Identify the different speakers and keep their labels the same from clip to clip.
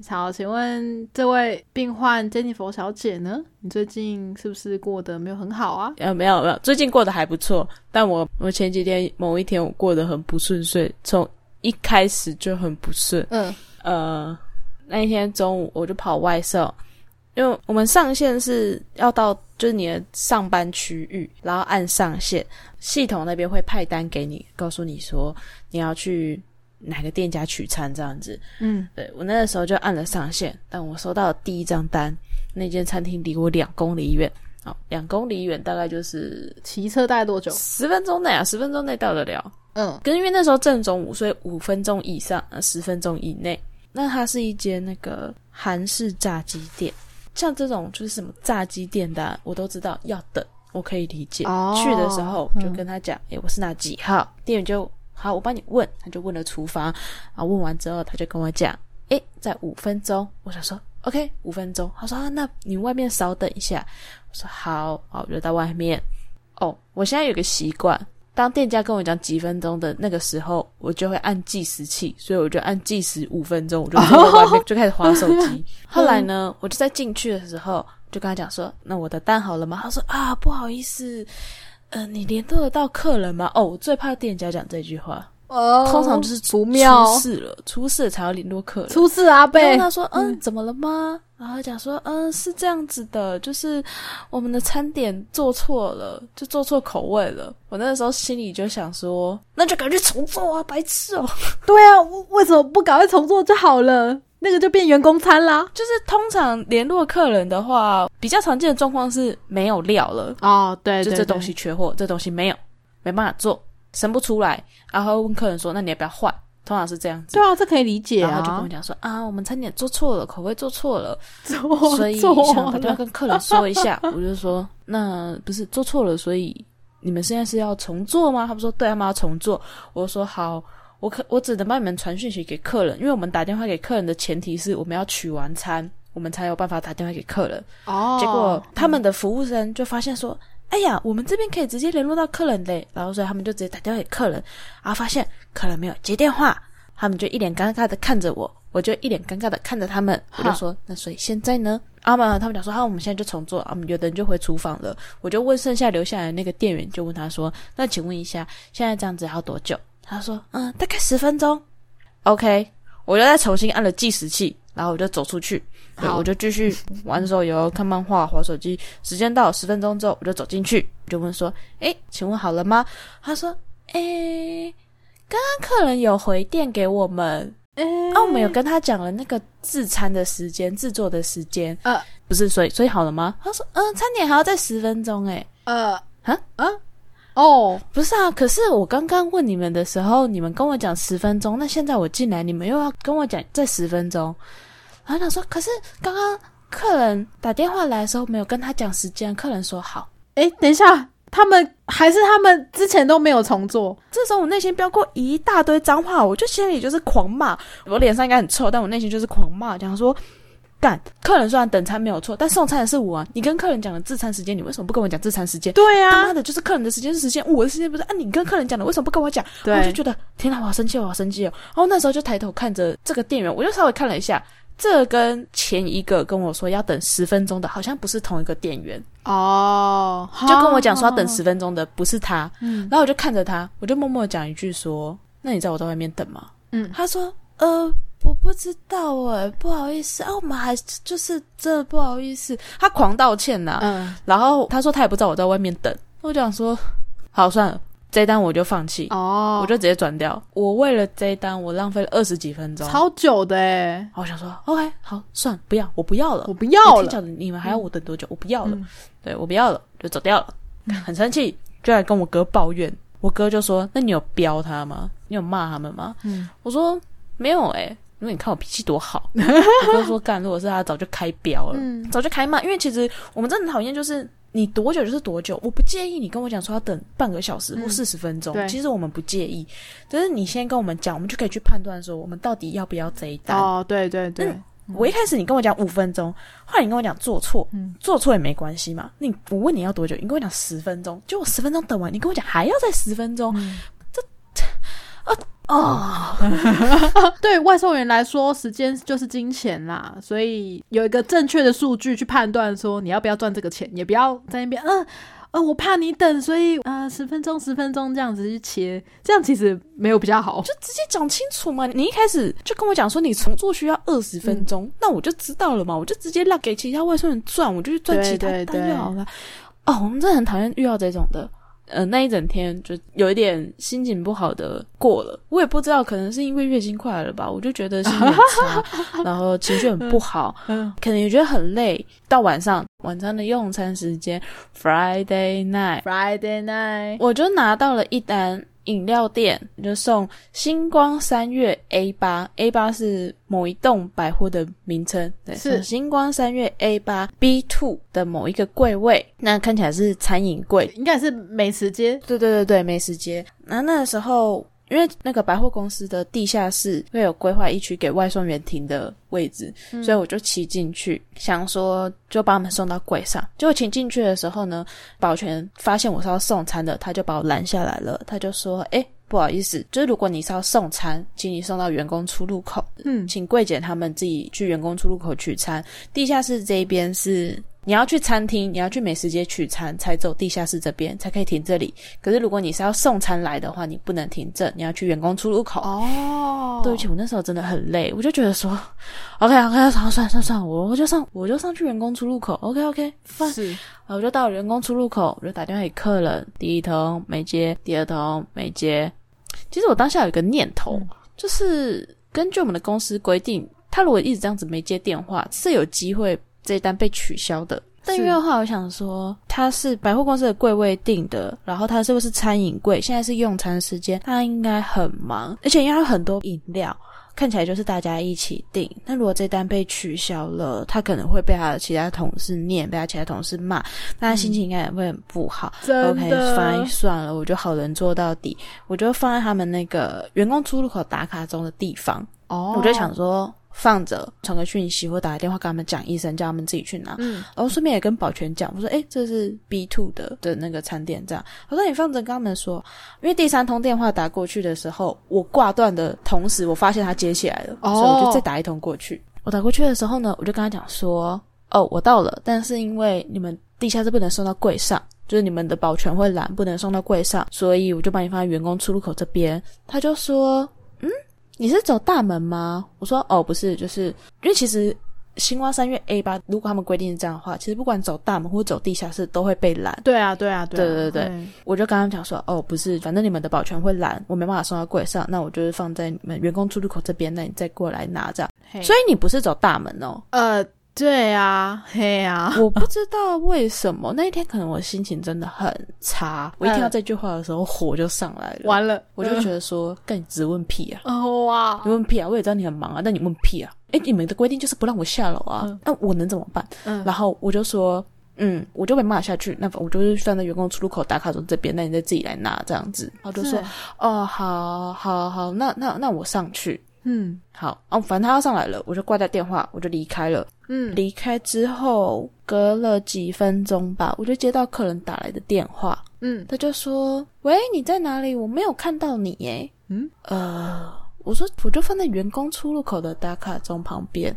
Speaker 1: 想要请问这位病患珍妮佛小姐呢？你最近是不是过得没有很好啊？
Speaker 2: 呃，没有没有，最近过得还不错，但我我前几天某一天我过得很不顺遂，从一开始就很不顺。
Speaker 1: 嗯
Speaker 2: 呃，那一天中午我就跑外送，因为我们上线是要到就是你的上班区域，然后按上线，系统那边会派单给你，告诉你说你要去哪个店家取餐这样子。
Speaker 1: 嗯，
Speaker 2: 对我那个时候就按了上线，但我收到的第一张单，那间餐厅离我两公里远。哦，两公里远大概就是
Speaker 1: 骑车大概多久？
Speaker 2: 十分钟内啊，十分钟内到得了。
Speaker 1: 嗯
Speaker 2: 可是因为那时候正中午，所以五分钟以上，呃，十分钟以内。那它是一间那个韩式炸鸡店，像这种就是什么炸鸡店的啊、我都知道要等，我可以理解。
Speaker 1: 哦
Speaker 2: 去的时候就跟他讲，诶、我是哪几号，店员就好，我帮你问，他就问了厨房，啊，问完之后他就跟我讲，诶、在五分钟，我想说 OK，五分钟，他说啊，那你外面稍等一下，我说好，好，我就到外面。哦，我现在有个习惯，当店家跟我讲几分钟的那个时候，我就会按计时器，所以我就按计时五分钟，我就坐在外面就开始划手机。后来呢，我就在进去的时候就跟他讲说：“那我的单好了吗？”他说：“啊，不好意思，呃，你联络得到客人吗？”哦，我最怕店家讲这句话，
Speaker 1: 哦
Speaker 2: 通常就是
Speaker 1: 不妙
Speaker 2: 出事了，出事了才要联络客人。
Speaker 1: 出事阿
Speaker 2: 然后
Speaker 1: 贝，
Speaker 2: 他说：“嗯，怎么了吗？”然后他讲说：“嗯，是这样子的，就是我们的餐点做错了，就做错口味了。”我那个时候心里就想说：“那就赶紧重做啊，白痴哦！”
Speaker 1: 对啊，为为什么不赶快重做就好了？那个就变员工餐啦。
Speaker 2: 就是通常联络客人的话，比较常见的状况是没有料了，
Speaker 1: 哦，对，
Speaker 2: 就
Speaker 1: 对
Speaker 2: 这东西，缺货，这东西没有，没办法做，生不出来，然后问客人说：“那你要不要换？”通常是这样子。
Speaker 1: 对对啊，这可以理解
Speaker 2: 然后就跟我
Speaker 1: 啊。
Speaker 2: 讲说啊，我们餐点做错了，口味做错了，
Speaker 1: 做
Speaker 2: 所 以
Speaker 1: 做
Speaker 2: 想打电话
Speaker 1: 了
Speaker 2: 跟客人说一下， 我就说那不是做错了，所以你们现在是要重做吗？他们说对，他们要重做。我说好，我可我只能帮你们传讯息给客人，因为我们打电话给客人的前提是我们要取完餐，我们才有办法打电话给客人。
Speaker 1: 哦，
Speaker 2: 结果他们的服务生就发现说。哎呀，我们这边可以直接联络到客人嘞，然后所以他们就直接打电话给客人，然后发现客人没有接电话，他们就一脸尴尬的看着我，我就一脸尴尬的看着他们，我就说那所以现在呢？啊嘛，他们讲说好、我们现在就重做，啊，有的人就回厨房了，我就问剩下留下来的那个店员，就问他说，那请问一下，现在这样子要多久？他说，嗯，大概十分钟。OK，我就再重新按了计时器，然后我就走出去，对，
Speaker 1: 好
Speaker 2: 我就继续玩手游、看漫画、划手机。时间到十分钟之后，我就走进去，我就问说：“诶，请问好了吗？”他说：“诶，刚刚客人有回电给我们，
Speaker 1: 哎
Speaker 2: 啊，我们有跟他讲了那个自餐的时间、制作的时间，
Speaker 1: 呃
Speaker 2: 不是，所以所以好了吗？”他说：“嗯，餐点还要再十分钟。”诶，
Speaker 1: 呃
Speaker 2: 啊
Speaker 1: 啊哦，
Speaker 2: 不是啊，可是我刚刚问你们的时候，你们跟我讲十分钟，那现在我进来，啊你们又要跟我讲再十分钟，然后他说，可是刚刚客人打电话来的时候没有跟他讲时间，客人说好，
Speaker 1: 哎，等一下，他们还是他们之前都没有重做，
Speaker 2: 这时候我内心飙过一大堆脏话，我就心里就是狂骂，我脸上应该很臭，但我内心就是狂骂，讲说。干，客人虽然等餐没有错，但送餐的是我啊！你跟客人讲的自餐时间，你为什么不跟我讲自餐时间？
Speaker 1: 对
Speaker 2: 他妈，的，就是啊客人的时间是时间，我的时间不是啊！你跟客人讲的，为什么不跟我讲？然后我
Speaker 1: 对
Speaker 2: 就，觉得天哪，我好生气，我好生气哦！然后那时候就抬头看着这个店员，我就稍微看了一下，这跟前一个跟我说要等十分钟的，好像不是同一个店员，
Speaker 1: 哦，
Speaker 2: 就跟我讲说要
Speaker 1: 好
Speaker 2: 等，十分钟的不是他。
Speaker 1: 嗯
Speaker 2: 然后我就看着他，我就默默地讲一句说：“那你知道我在外面等吗？”
Speaker 1: 嗯
Speaker 2: 他说：“呃，我不知道哎，不好意思啊，我们还就是真的不好意思。”他狂道歉呐、
Speaker 1: 嗯，
Speaker 2: 然后他说他也不知道我在外面等，我就想说，好算了，这一单我就放弃。
Speaker 1: 哦，
Speaker 2: 我就直接转掉。我为了这一单，我浪费了二十几分钟。
Speaker 1: 超久的哎，
Speaker 2: 然后我想说，OK，好，算了，不要，我不要了
Speaker 1: 我。不要
Speaker 2: 我听
Speaker 1: 了，
Speaker 2: 讲你们还要我等多久？我不要了，
Speaker 1: 嗯
Speaker 2: 对我不要了，就走掉了。 很生气，就来跟我哥抱怨。我哥就说：“那你有彪他吗？你有骂他们吗？”
Speaker 1: 嗯
Speaker 2: 我说：“没有诶、因为你看我脾气多好。”我哥说：“干，如果是他，早就开彪了，
Speaker 1: 嗯
Speaker 2: 早就开骂。因为其实我们真的很讨厌，就是你多久就是多久，我不介意你跟我讲说要等半个小时或
Speaker 1: 嗯
Speaker 2: 四十分钟，
Speaker 1: 对
Speaker 2: 其实我们不介意。但是你先跟我们讲，我们就可以去判断说我们到底要不要这一单。
Speaker 1: 哦，对对对，
Speaker 2: 我一开始你跟我讲五分钟，后来你跟我讲做错，
Speaker 1: 嗯
Speaker 2: 做错也没关系嘛。你我问你要多久，你跟我讲十分钟，结果十分钟等完，你跟我讲还要再十分钟，
Speaker 1: 嗯
Speaker 2: 这这啊哦，
Speaker 1: 对外送员来说，时间就是金钱啦，所以有一个正确的数据去判断说你要不要赚这个钱，也不要在那边嗯。呃呃，我怕你等，所以呃，十分钟、十分钟这样子去切，这样其实没有比较好。
Speaker 2: 就直接讲清楚嘛。你一开始就跟我讲说你重做需要二十分
Speaker 1: 嗯
Speaker 2: 钟，那我就知道了嘛，我就直接让给其他外送员赚，我就去赚
Speaker 1: 对
Speaker 2: 其他
Speaker 1: 对
Speaker 2: 单
Speaker 1: 对
Speaker 2: 就好了。哦，我们真的很讨厌遇到这种的。呃，那一整天就有一点心情不好的过了，我也不知道，可能是因为月经快了吧，我就觉得心情很差，然后情绪很不好，
Speaker 1: 嗯，
Speaker 2: 可能也觉得很累。到晚上，晚餐的用餐时间，Friday night，
Speaker 1: Friday night，
Speaker 2: 我就拿到了一单饮料店，就送星光三月 A 八，A 八是某一栋百货的名称，对，
Speaker 1: 是
Speaker 2: 送星光三月 A 八 B two 的某一个柜位，那看起来是餐饮柜，
Speaker 1: 应该是美食街，
Speaker 2: 对对对对，美食街。那那时候。因为那个百货公司的地下室会有规划一区给外送员停的位置，所以我就骑进去，想说就把他们送到柜上。结果骑进去的时候呢，保全发现我是要送餐的，他就把我拦下来了。他就说：“哎、不好意思，就是如果你是要送餐，请你送到员工出入口。”
Speaker 1: 嗯，
Speaker 2: 请柜姐他们自己去员工出入口取餐。地下室这一边是你要去餐厅，你要去美食街取餐，才走地下室这边才可以停这里。可是如果你是要送餐来的话，你不能停这，你要去员工出入口。
Speaker 1: 哦，
Speaker 2: 对不起，我那时候真的很累，我就觉得说，OK OK，好，算了算了算了，我我就上我就上去员工出入口，OK OK，放
Speaker 1: 是
Speaker 2: 然后我就到了员工出入口，我就打电话给客人，第一通没接，第二通没接。其实我当下有一个念头，
Speaker 1: 嗯
Speaker 2: 就是根据我们的公司规定，他如果一直这样子没接电话，是有机会这一单被取消的。但
Speaker 1: 是
Speaker 2: 因为的话，我想说他是百货公司的柜位定的，然后他是不是餐饮柜？现在是用餐时间，他应该很忙，而且因为他有很多饮料，看起来就是大家一起订。那如果这单被取消了，他可能会被他的其他同事念，被他其他同事骂，那他心情应该也会很不好。
Speaker 1: 嗯真
Speaker 2: OK，
Speaker 1: 的
Speaker 2: fine，算了，我就好人做到底，我就放在他们那个员工出入口打卡中的地方。
Speaker 1: 哦，
Speaker 2: 我就想说放着，传个讯息或打个电话跟他们讲一声，叫他们自己去拿。
Speaker 1: 嗯，
Speaker 2: 然后顺便也跟保全讲，我说：“哎、这是 B two 的的那个餐点，这样。”我说：“你放着跟他们说，因为第三通电话打过去的时候，我挂断的同时，我发现他接起来了，
Speaker 1: 哦
Speaker 2: 所以我就再打一通过去。我打过去的时候呢，我就跟他讲说：‘哦，我到了，但是因为你们地下室不能送到柜上。’”就是你们的保全会拦，不能送到柜上，所以我就把你放在员工出入口这边。他就说：“嗯你是走大门吗？我说哦，不是，就是因为其实星光三月 A 八，如果他们规定是这样的话，其实不管走大门或走地下室都会被拦。
Speaker 1: 对啊，对啊，啊
Speaker 2: 对对对
Speaker 1: 嗯
Speaker 2: 我就跟他们讲说，哦，不是，反正你们的保全会拦，我没办法送到柜上，那我就是放在你们员工出入口这边，那你再过来拿这样。
Speaker 1: 嘿
Speaker 2: 所以你不是走大门哦，
Speaker 1: 呃，对啊，嘿啊，
Speaker 2: 我不知道为什么那一天可能我心情真的很差，我一听到这句话的时候火就上来了，
Speaker 1: 完了，
Speaker 2: 我就觉得说，干你只问屁啊！
Speaker 1: 哦哇
Speaker 2: 你，问屁啊！我也知道你很忙啊，但你问屁啊！哎，你们的规定就是不让我下楼啊，那、我能怎么办？
Speaker 1: 嗯
Speaker 2: 然后我就说，嗯，我就没办法下去，那我就是站在员工出入口打卡说这边，那你再自己来拿这样子。然后就说
Speaker 1: 是，
Speaker 2: 哦，好好好，那那那我上去。
Speaker 1: 嗯
Speaker 2: 好，哦，反正他要上来了，我就挂掉电话，我就离开了。
Speaker 1: 嗯，
Speaker 2: 离开之后，隔了几分钟吧，我就接到客人打来的电话，
Speaker 1: 嗯，
Speaker 2: 他就说：“喂，你在哪里？我没有看到你耶。”
Speaker 1: 嗯，
Speaker 2: 呃，我说我就放在员工出入口的打卡钟旁边。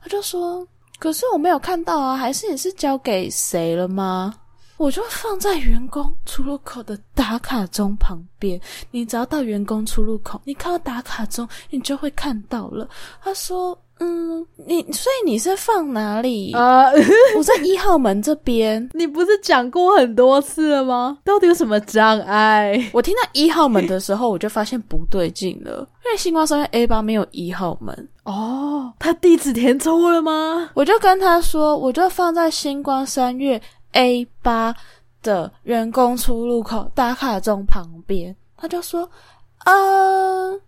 Speaker 2: 他就说：“可是我没有看到啊，还是你是交给谁了吗？”我就放在员工出入口的打卡钟旁边，你只要到员工出入口，你看到打卡钟，你就会看到了。他说：“嗯，你所以你是放哪里？
Speaker 1: 呃，
Speaker 2: 我在一号门这边。”
Speaker 1: 你不是讲过很多次了吗？到底有什么障碍？
Speaker 2: 我听到一号门的时候，我就发现不对劲了，因为星光商业 A 八没有一号门，
Speaker 1: 哦，他地址填错了吗？
Speaker 2: 我就跟他说，我就放在星光三月 A 八的员工出入口打卡钟旁边，他就说，嗯、欸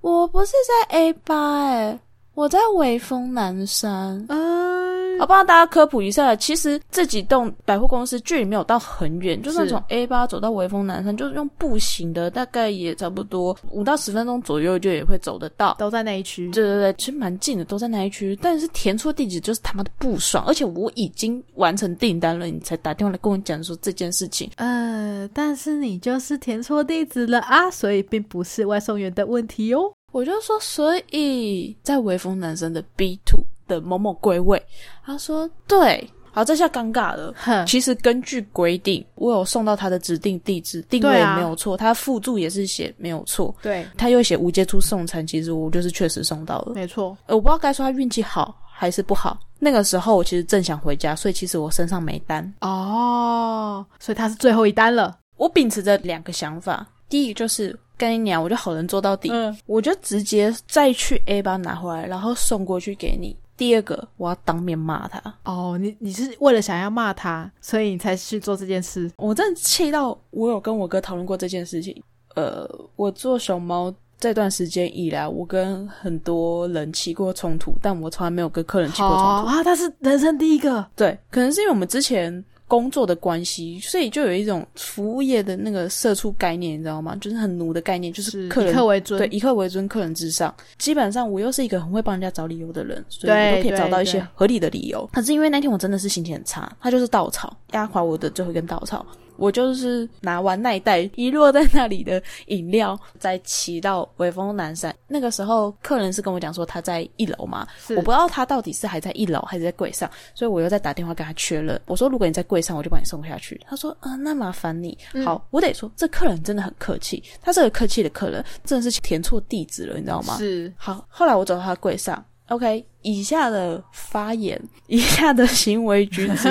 Speaker 2: 我不是在 A 八哎、我在微风南山。
Speaker 1: 嗯、
Speaker 2: 好，帮大家科普一下，其实这几栋百货公司距离没有到很远，就算
Speaker 1: 是
Speaker 2: 从 A 八走到微风南山，就是用步行的，大概也差不多五到十分钟左右就也会走得到。
Speaker 1: 都在那一区。
Speaker 2: 对对对，其实蛮近的，都在那一区。但是填错地址就是他妈的不爽，而且我已经完成订单了，你才打电话来跟我讲说这件事情。
Speaker 1: 呃，但是你就是填错地址了啊，所以并不是外送员的问题哦哟、
Speaker 2: 我就说，所以在微风男生的 B two 的某某归位，他说对，好，这下尴尬了。
Speaker 1: 哼，
Speaker 2: 其实根据规定，我有送到他的指定地址，定位
Speaker 1: 对
Speaker 2: 也
Speaker 1: 啊
Speaker 2: 没有错，他附注也是写没有错，
Speaker 1: 对，
Speaker 2: 他又写无接触送餐，其实我就是确实送到了。
Speaker 1: 没错，
Speaker 2: 呃我不知道该说他运气好还是不好。那个时候我其实正想回家，所以其实我身上没单。
Speaker 1: 哦，所以他是最后一单了。
Speaker 2: 我秉持着两个想法，第一个就是跟你讲，我就好人做到底，
Speaker 1: 嗯，
Speaker 2: 我就直接再去 A 班拿回来，然后送过去给你。第二个，我要当面骂他。
Speaker 1: 哦，你你是为了想要骂他，所以你才去做这件事。
Speaker 2: 我真的气到我有跟我哥讨论过这件事情。呃，我做熊猫这段时间以来，我跟很多人起过冲突，但我从来没有跟客人起过冲
Speaker 1: 哦
Speaker 2: 突。
Speaker 1: 啊，他是人生第一个，
Speaker 2: 对，可能是因为我们之前工作的关系，所以就有一种服务业的那个社畜概念，你知道吗？就是很奴的概念，就是是
Speaker 1: 以
Speaker 2: 客人
Speaker 1: 客为尊。
Speaker 2: 对，以客为尊，客人至上。基本上我又是一个很会帮人家找理由的人，所以
Speaker 1: 对
Speaker 2: 我都可以找到一
Speaker 1: 对
Speaker 2: 些
Speaker 1: 对
Speaker 2: 合理的理由。可是因为那天我真的是心情很差，它就是稻草压垮我的最后一根稻草。我就是拿完那一袋遗落在那里的饮料，再骑到微风南山。那个时候，客人是跟我讲说他在一楼嘛，
Speaker 1: 是
Speaker 2: 我不知道他到底是还在一楼还是在柜上，所以我又在打电话跟他确认。我说如果你在柜上，我就帮你送下去。他说，嗯、那麻烦你。好，我得说这客人真的很客气，他是个客气的客人，真的是填错地址了，你知道吗？
Speaker 1: 是
Speaker 2: 好，后来我走到他的柜上。OK，以下的发言，以下的行为举止，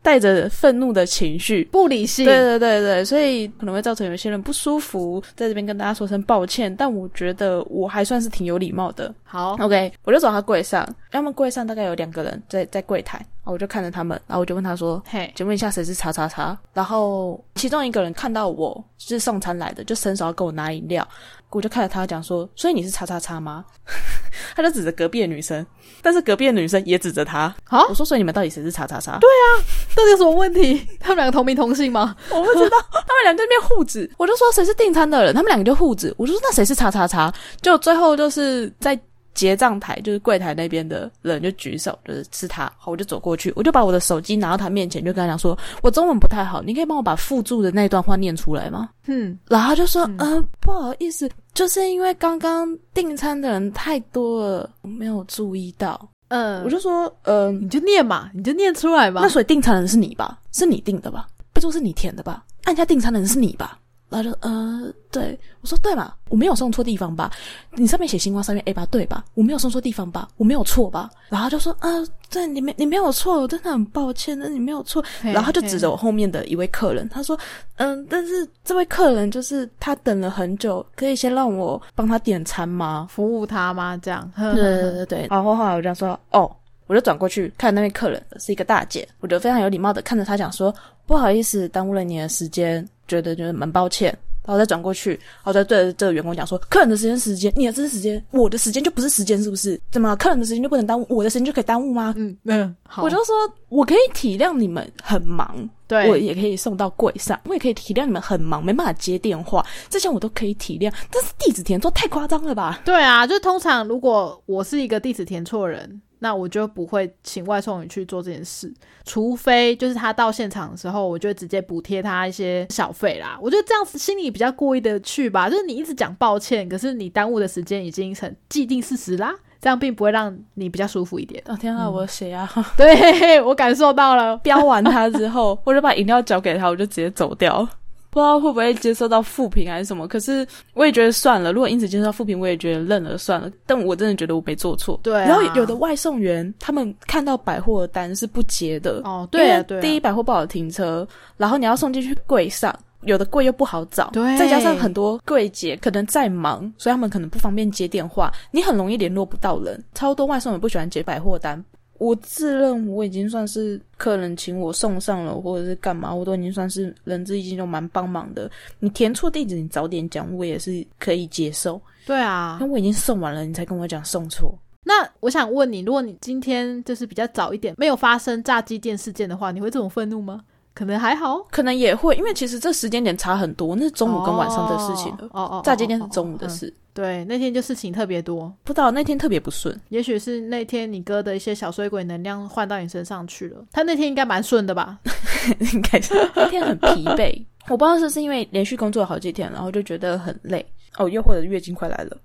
Speaker 2: 带着愤怒的情绪。
Speaker 1: 不理性。
Speaker 2: 对对对对，所以可能会造成有些人不舒服，在这边跟大家说声抱歉。但我觉得我还算是挺有礼貌的，
Speaker 1: 好，
Speaker 2: OK，我就走到他柜上，他们柜上大概有两个人在在柜台，然后我就看着他们，然后我就问他说
Speaker 1: 嘿：“，
Speaker 2: 请问一下谁是叉叉叉？”然后其中一个人看到我是送餐来的，就伸手要给我拿饮料，我就看着他讲说：“所以你是叉叉叉吗？” 他就指着隔壁的女生，但是隔壁的女生也指着他。
Speaker 1: 啊
Speaker 2: 我说：“所以你们到底谁是叉叉叉？”
Speaker 1: 到底有什么问题？ 他们两个同名同姓吗？
Speaker 2: 我不知道，他们俩就在那边互指，我就说谁是订餐的人，他们两个就互指，我就说那谁是叉叉叉，就最后就是在结账台，就是柜台那边的人就举手，就是是他，好，我就走过去，我就把我的手机拿到他面前，就跟他讲说，我中文不太好，你可以帮我把附注的那段话念出来吗？
Speaker 1: 嗯，
Speaker 2: 然后他就说，嗯、不好意思，就是因为刚刚订餐的人太多了，我没有注意到，
Speaker 1: 嗯，
Speaker 2: 我就说，嗯、
Speaker 1: 你就念嘛，你就念出来嘛
Speaker 2: 那。所以订餐的人是你吧？是你订的吧？备注是你填的吧？按下订餐的人是你吧？然后就呃，对，我说对嘛，我没有送错地方吧？你上面写星光三月 A 吧，对吧？我没有送错地方吧？我没有错吧？然后他就说啊、呃对你没你没有错，我真的很抱歉，那你没有错。
Speaker 1: 嘿
Speaker 2: 然后他就指着我后面的一位客人，他说嗯，但是这位客人就是他等了很久，可以先让我帮他点餐吗？
Speaker 1: 嘿服务他吗？这样，嗯
Speaker 2: 对对对对。然后后来我就说，哦，我就转过去看那位客人是一个大姐，我就非常有礼貌的看着她讲说，不好意思，耽误了你的时间，觉得就是蛮抱歉。然后再转过去，然后再对着这个员工讲说：“客人的时间是时间，你的这是时间，我的时间就不是时间，是不是？怎么客人的时间就不能耽误，我的时间就可以耽误吗
Speaker 1: 嗯嗯，？”好，
Speaker 2: 我就说：“我可以体谅你们很忙，
Speaker 1: 对，
Speaker 2: 我也可以送到柜上，我也可以体谅你们很忙，没办法接电话，这些我都可以体谅。但是地址填错太夸张了吧？
Speaker 1: 对啊，就通常如果我是一个地址填错人，那我就不会请外送员去做这件事，除非就是他到现场的时候，我就会直接补贴他一些小费啦。我觉得这样子心里比较过意的去吧，就是你一直讲抱歉，可是你耽误的时间已经成既定事实啦，这样并不会让你比较舒服一点。
Speaker 2: 哦天啊，我的血压、
Speaker 1: 对我感受到了，
Speaker 2: 标完他之后， 我就把饮料交给他，我就直接走掉。不知道会不会接受到负评还是什么，可是我也觉得算了。如果因此接受到负评，我也觉得认了算了。但我真的觉得我没做错。
Speaker 1: 对啊
Speaker 2: 然后有的外送员他们看到百货的单是不接的，
Speaker 1: 哦，对啊，
Speaker 2: 因
Speaker 1: 对
Speaker 2: 为
Speaker 1: 啊，
Speaker 2: 第一百货不好停车，然后你要送进去柜上，有的柜又不好找，
Speaker 1: 对
Speaker 2: 再加上很多柜姐可能在忙，所以他们可能不方便接电话，你很容易联络不到人。超多外送员不喜欢接百货单。我自认我已经算是客人请我送上了，或者是干嘛，我都已经算是仁至义尽，就蛮帮忙的。你填错地址，你早点讲，我也是可以接受。
Speaker 1: 对啊
Speaker 2: 那，我已经送完了，你才跟我讲送错，
Speaker 1: 那我想问你，如果你今天就是比较早一点，没有发生炸鸡店事件的话，你会这种愤怒吗？可能还好，
Speaker 2: 可能也会，因为其实这时间点差很多，那是中午跟晚上的事情了。
Speaker 1: 哦哦哦，
Speaker 2: 炸鸡店是
Speaker 1: 哦
Speaker 2: 中午的。
Speaker 1: 哦哦
Speaker 2: 事，
Speaker 1: 嗯对，那天就事情特别多，
Speaker 2: 不知道那天特别不顺，
Speaker 1: 也许是那天你哥的一些小水鬼能量换到你身上去了。他那天应该蛮顺的 吧？
Speaker 2: 应该是那天很疲惫。 我不知道是不是因为连续工作了好几天，然后就觉得很累哦，又或者月经快来了，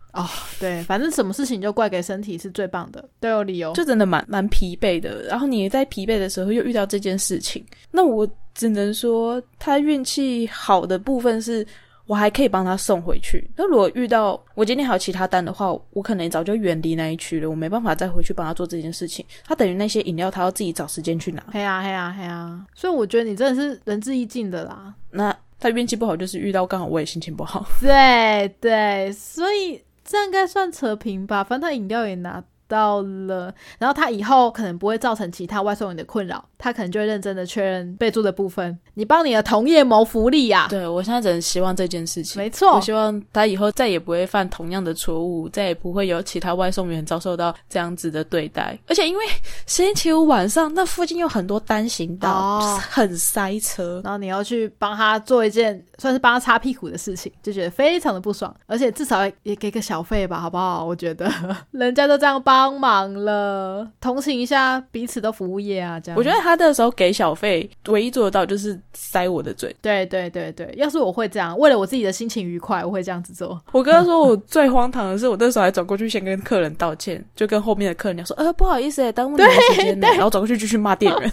Speaker 1: 对，反正什么事情就怪给身体是最棒的，都有理由。
Speaker 2: 就真的蛮蛮疲惫的。然后你在疲惫的时候又遇到这件事情，那我只能说他运气好的部分是。我还可以帮他送回去。那如果遇到我今天还有其他单的话，我可能早就远离那一区了，我没办法再回去帮他做这件事情。他等于那些饮料，他要自己找时间去拿。
Speaker 1: 嘿呀嘿呀嘿呀！所以我觉得你真的是仁至义尽的啦。
Speaker 2: 那他运气不好，就是遇到刚好我也心情 不好。
Speaker 1: 对对，所以这样应该算扯平吧，反正他饮料也拿到了，然后他以后可能不会造成其他外送员的困扰，他可能就会认真的确认备注的部分，你帮你的同业谋福利呀、
Speaker 2: 对我现在只能希望这件事情。
Speaker 1: 没错
Speaker 2: 我，希望他以后再也不会犯同样的错误，再也不会有其他外送员遭受到这样子的对待。而且因为星期五晚上那附近有很多单行道，
Speaker 1: 哦
Speaker 2: 就是很塞车。
Speaker 1: 然后你要去帮他做一件算是帮他擦屁股的事情，就觉得非常的不爽，而且至少也也给个小费吧，好不好？我觉得 人家都这样帮忙了，同情一下彼此的服务业啊，这样。
Speaker 2: 我觉得他那时候给小费，唯一做得到就是塞我的嘴。
Speaker 1: 对对对对，要是我会这样，为了我自己的心情愉快，我会这样子做。
Speaker 2: 我跟他说，我最荒唐的是，我那时候还转过去先跟客人道歉，就跟后面的客人讲说：“呃，不好意思，耽误你们时间了。”然后转过去继续骂店员。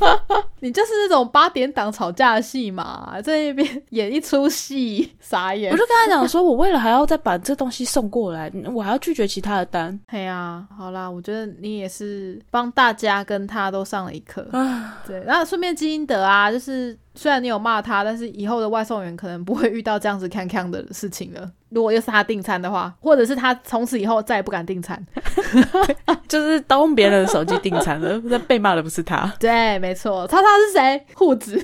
Speaker 1: 你就是那种八点档吵架的戏嘛，在那边 演一出戏，傻眼
Speaker 2: 我。就跟他讲说，我为了还要再把这东西送过来，我还要拒绝其他的单。
Speaker 1: 哎呀、好啦，我觉得你也是帮大家跟他都上了一课。对，那顺便基因德啊，就是虽然你有骂他，但是以后的外送员可能不会遇到这样子康康的事情了。如果又是他订餐的话，或者是他从此以后再也不敢订餐。
Speaker 2: 就是盗用别人的手机订餐了， 那被骂的不是他，
Speaker 1: 对，没错，他他是谁？护子。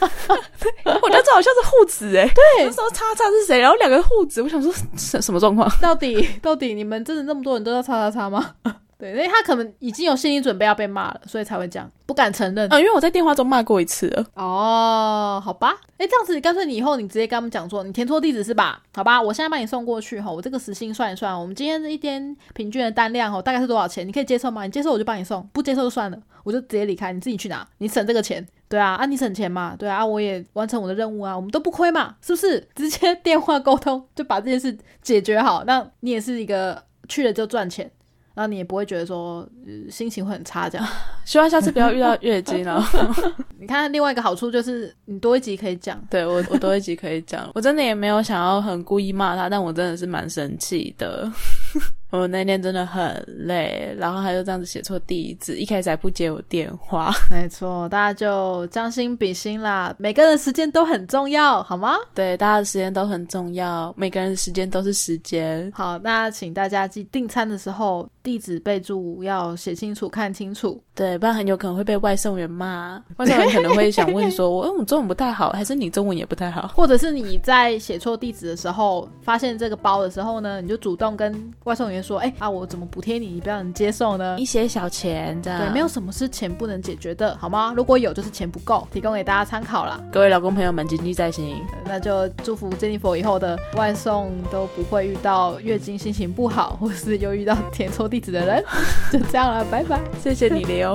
Speaker 2: 我觉得这好像是护子哎、 对，那时候叉叉是谁？然后两个护子，我想说 什什么状况？
Speaker 1: 到底 到底你们真的那么多人都要叉叉叉吗？ 对，因为他可能已经有心理准备要被骂了，所以才会这样，不敢承认。
Speaker 2: 嗯，因为我在电话中骂过一次 了。
Speaker 1: 哦，好吧，哎，这样子干脆你以后你直接跟他们讲说，你填错地址是吧？好吧，我现在帮你送过去哈，我这个时薪算一算，我们今天一天平均的单量哦，大概是多少钱？你可以接受吗？你接受我就帮你送，不接受就算了，我就直接离开，你自己去拿，你省这个钱。对啊，啊你省钱嘛，对啊，啊我也完成我的任务啊，我们都不亏嘛，是不是？直接 电话沟通就把这件事解决好，那你也是一个去了就赚钱，然后你也不会觉得说、呃心情会很差这样。
Speaker 2: 希望下次不要遇到月经啊了。
Speaker 1: 你看另外一个好处就是你多一集可以讲。
Speaker 2: 对我，我多一集可以讲。我真的也没有想要很故意骂他，但我真的是蛮生气的。 我那天真的很累，然后他就这样子写错地址，一开始还不接我电话。
Speaker 1: 没错，大家就将心比心啦，每个人的时间都很重要，好吗？
Speaker 2: 对，大家的时间都很重要，每个人的时间都是时间。
Speaker 1: 好，那请大家记订餐的时候，地址备注要写清楚、看清楚。
Speaker 2: 对，不然很有可能会被外送员骂。外送员可能会想问 说：“我、嗯、我中文不太好，还是你中文也不太好
Speaker 1: 或者是你在写错地址的时候，发现这个包的时候呢，你就主动跟外送员说：“哎、啊，我怎么补贴你，你不让你接送？”呢
Speaker 2: 一？些小钱这样。
Speaker 1: 对，没有。什么是钱不能解决的，好吗？如果有，就是钱不够，提供给大家参考啦。
Speaker 2: 各位老公朋友们，谨记在心。
Speaker 1: 呃那就祝福 Jennifer 以后的外送都不会遇到月经心情不好，或是又遇到填错地址的人。就这样了，拜拜。
Speaker 2: 谢谢你，刘。